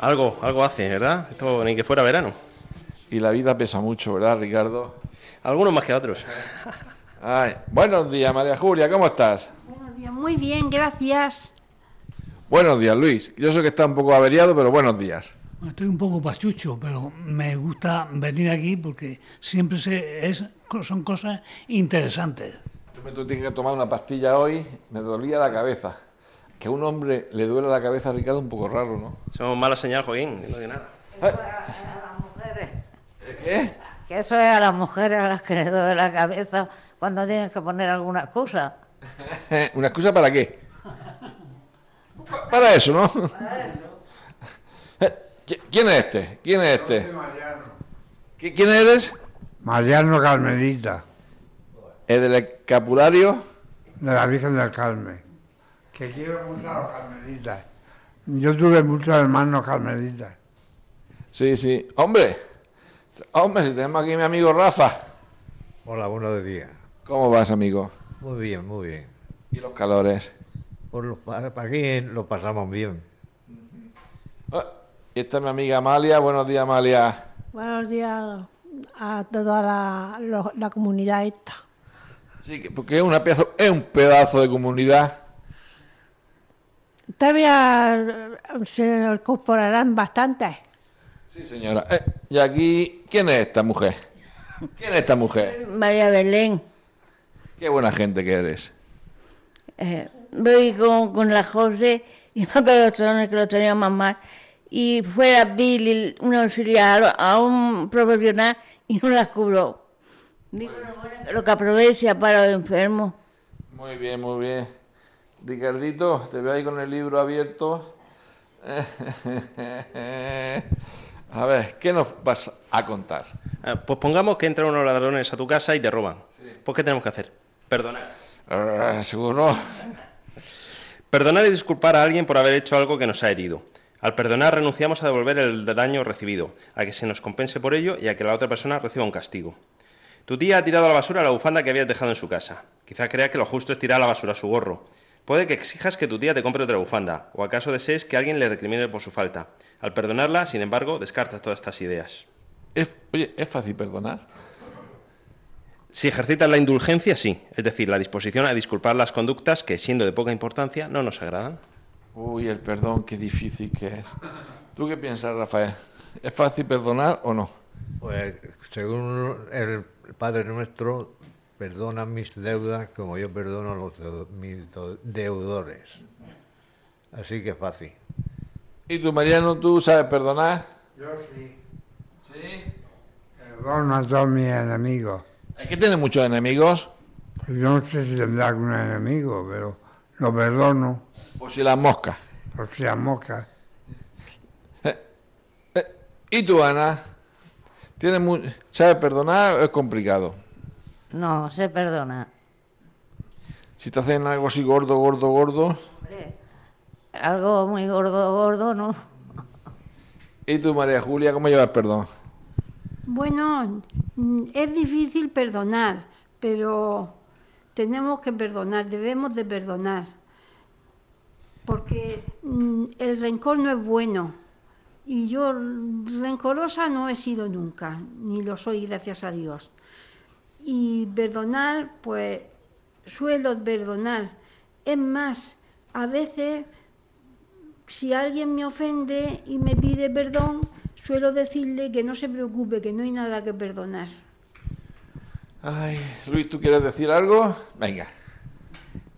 Algo, algo hace, ¿verdad? Esto ni que fuera verano. Y la vida pesa mucho, ¿verdad, Ricardo? Algunos más que otros. Ay, buenos días, María Julia, ¿cómo estás? Buenos días, muy bien, gracias. Buenos días, Luis. Yo sé que está un poco averiado, pero buenos días. Estoy un poco pachucho, pero me gusta venir aquí porque siempre se, es, son cosas interesantes. Yo me tuve que tomar una pastilla hoy, me dolía la cabeza. Que a un hombre le duele la cabeza a Ricardo un poco raro, ¿no? Somos mala señal, Joaquín, no de nada. Eso es a las mujeres. ¿Qué? Que eso es a las mujeres a las que les duele la cabeza cuando tienen que poner alguna excusa. Eh, ¿Una excusa para qué? Pa- Para eso, ¿no? ¿Qui- ¿Quién es este? ¿Quién es este? ¿Qui- ¿Quién eres? Mariano Carmelita, ¿El del escapulario? de la Virgen del Carmen, que quiero mucho a los carmelitas. Yo tuve muchos hermanos carmelitas. Sí, sí. Hombre, hombre, si tenemos aquí a mi amigo Rafa. Hola, buenos días. ¿Cómo vas, amigo? Muy bien, muy bien. ¿Y los calores? Por los pa- pa' aquí lo pasamos bien. Ah, y esta es mi amiga Amalia. Buenos días, Amalia. Buenos días a toda la, lo- la comunidad esta. Sí, que- porque es, una pedazo, es un pedazo de comunidad. Todavía eh, se incorporarán bastantes. Sí, señora. Eh, y aquí, ¿quién es esta mujer? ¿Quién es esta mujer? María Belén, Qué buena gente que eres. eh, voy con, con la José y me acuerdo los talones que los tenía mamá. Y fue a Billy, un auxiliar, a un profesional y no las curó. Digo, lo bueno- lo que aprovecha para los enfermos. Muy bien, muy bien. Ricardito, te veo ahí con el libro abierto. A ver, ¿qué nos vas a contar? Ah, Pues pongamos que entran unos ladrones a tu casa y te roban. Pues ¿qué tenemos que hacer? Perdonar. Ah, Seguro. Perdonar y disculpar a alguien por haber hecho algo que nos ha herido. Al perdonar renunciamos a devolver el daño recibido, a que se nos compense por ello y a que la otra persona reciba un castigo. Tu tía ha tirado a la basura la bufanda que habías dejado en su casa. Quizá crea que lo justo es tirar a la basura su gorro. Puede que exijas que tu tía te compre otra bufanda, o acaso desees que alguien le recrimine por su falta. Al perdonarla, sin embargo, descartas todas estas ideas. Es- oye, ¿es fácil perdonar? Si ejercitas la indulgencia, sí, es decir, la disposición a disculpar las conductas que, siendo de poca importancia, no nos agradan. Uy, el perdón, qué difícil que es. ¿Tú qué piensas, Rafael? ¿Es fácil perdonar o no? Pues según el Padre Nuestro, perdona mis deudas como yo perdono a los deu- mis do- deudores. Así que es fácil. ¿Y tú, Mariano, tú sabes perdonar? Yo sí. Sí. Perdono a todos mis enemigos. ¿Es que tienes muchos enemigos? Yo no sé si tendrá algún enemigo, pero lo perdono Pues si las moscas. por si las moscas. ¿Y tú, Ana? ¿Tienes mu- ¿Sabes perdonar o es complicado? No, se perdona. Si te hacen algo así gordo, gordo, gordo. Hombre, algo muy gordo, gordo, ¿no? ¿Y tú, María Julia, cómo llevas perdón? Bueno, mm, es difícil perdonar, pero tenemos que perdonar, debemos de perdonar, porque mm, el rencor no es bueno y yo mm, rencorosa no he sido nunca, ni lo soy, gracias a Dios. Y perdonar, pues suelo perdonar. Es más, a veces si alguien me ofende y me pide perdón, suelo decirle que no se preocupe, que no hay nada que perdonar. Ay, Luis, ¿tú quieres decir algo? Venga.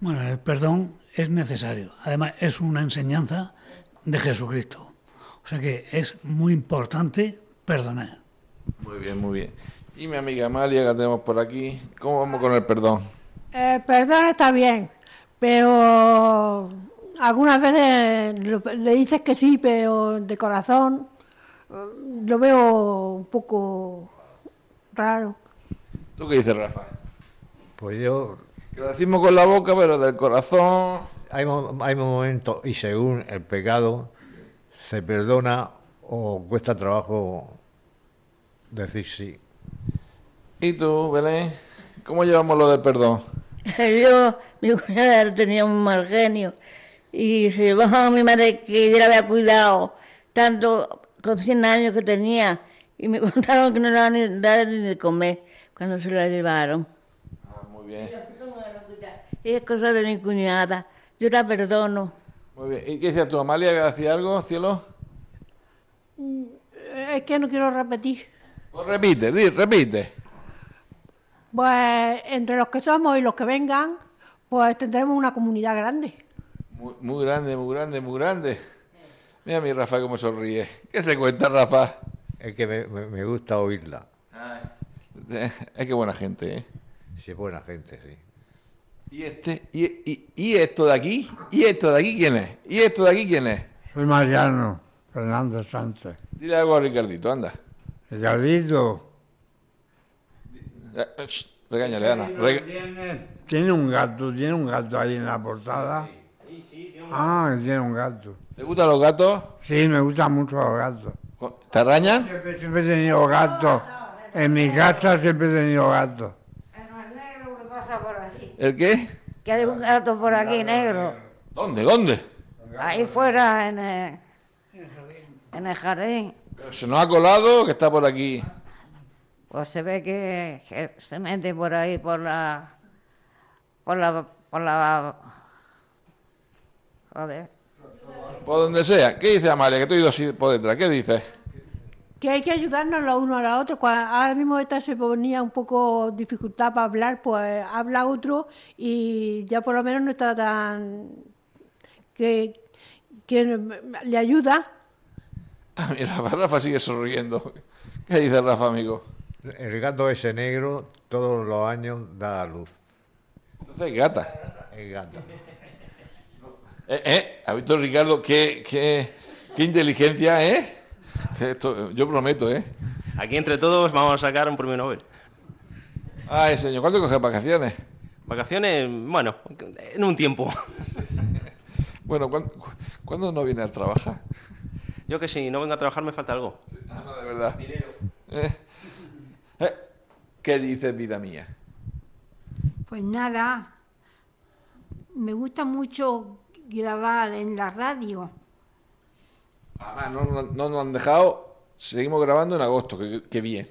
Bueno, el perdón es necesario. Además, es una enseñanza de Jesucristo. O sea que es muy importante perdonar. Muy bien, muy bien. Y mi amiga Amalia, que la tenemos por aquí. ¿Cómo vamos con el perdón? El Eh, perdón está bien, pero algunas veces lo- le dices que sí, pero de corazón, eh, lo veo un poco raro. ¿Tú qué dices, Rafa? Pues yo... Que lo decimos con la boca, pero del corazón... Hay, mo- hay momentos, y según el pecado, se perdona o cuesta trabajo decir sí. ¿Y tú, Belén? ¿Cómo llevamos lo del perdón? Yo, mi cuñada tenía un mal genio y se llevó a mi madre que yo la había cuidado tanto con 100 años que tenía y me contaron que no le daban ni dar ni de comer cuando se la llevaron. Muy bien. Y es cosa de mi cuñada, yo la perdono. Muy bien. ¿Y qué decías tú, Amalia? que ¿Hacía algo, cielo? Es que no quiero repetir. Pues repite, di, repite. Pues entre los que somos y los que vengan, pues tendremos una comunidad grande. Muy, muy grande, muy grande, muy grande. Mira a mi Rafa cómo sonríe. ¿Qué te cuenta, Rafa? Es que me, me- me gusta oírla. Es que Eh, buena gente, ¿eh? Sí, buena gente, sí. ¿Y este? ¿Y, y, y esto de aquí? ¿Y esto de aquí quién es? ¿Y esto de aquí quién es? Soy Mariano Fernando Sánchez. Dile algo a Ricardito, anda. Ricardito Eh, sh, Regáñale, Ana. reg- tiene un gato, tiene un gato ahí en la portada. Ah, tiene un gato. ¿Te gustan los gatos? Sí, me gustan mucho los gatos. ¿Te arañan? Siempre, siempre he tenido gatos. En mi casa siempre he tenido gatos. ¿El qué? Que hay un gato por aquí negro. ¿Dónde? ¿Dónde? Ahí fuera en el, en el jardín. Pero se nos ha colado que está por aquí. Pues se ve que, que se mete por ahí por la por la por la joder. Por donde sea. ¿Qué dice Amalia? Que te he ido así por detrás. ¿Qué dices? Que hay que ayudarnos los uno a los otros. Cuando ahora mismo esta se ponía un poco dificultad para hablar, pues habla otro y ya por lo menos no está tan... que, que le ayuda. Ah, mira, Rafa, Rafa sigue sonriendo. ¿Qué dice Rafa, amigo? El gato ese negro todos los años da a luz. Entonces, gata. El gato. Eh, eh, ¿Ha visto Ricardo qué, qué, qué inteligencia, eh? Que esto, yo prometo, eh. Aquí entre todos vamos a sacar un premio Nobel. Ay, señor, ¿cuándo coges vacaciones? Vacaciones, bueno, en un tiempo. Bueno, ¿cuán- cu- ¿cuándo, no viene a trabajar? Yo que si no vengo a trabajar me falta algo. Ah, no, de verdad. Eh, eh, ¿Qué dices, vida mía? Pues nada, me gusta mucho grabar en la radio. Además, no, no- no nos han dejado. Seguimos grabando en agosto, que, que bien.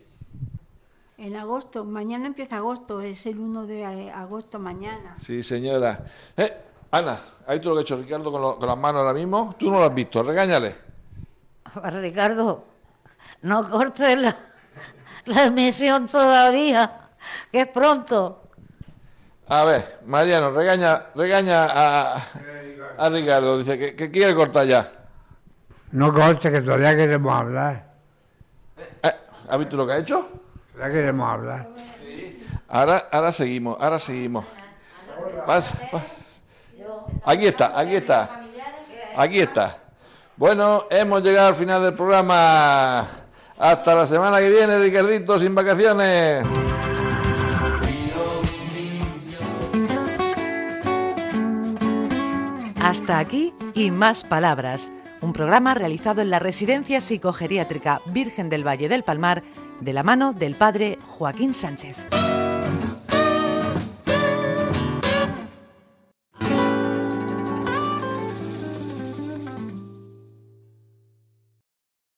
En agosto, mañana empieza agosto, es el 1 de eh, agosto mañana. Sí, señora. Eh, Ana, ¿has visto lo que ha hecho Ricardo con, lo- con las manos ahora mismo? Tú no lo has visto, regáñale. Ricardo, no cortes la, la emisión todavía, que es pronto. A ver, Mariano, regaña, regaña a, a Ricardo. Dice que, que quiere cortar ya. No corte que todavía queremos hablar. Eh, ¿Has visto lo que ha hecho? Todavía queremos hablar. Ahora, ahora seguimos, ahora seguimos. Pasa, pasa. Aquí está, aquí está. Aquí está. Bueno, hemos llegado al final del programa. Hasta la semana que viene, Ricardito, sin vacaciones. Hasta aquí y más palabras, un programa realizado en la Residencia Psicogeriátrica Virgen del Valle del Palmar de la mano del padre Joaquín Sánchez.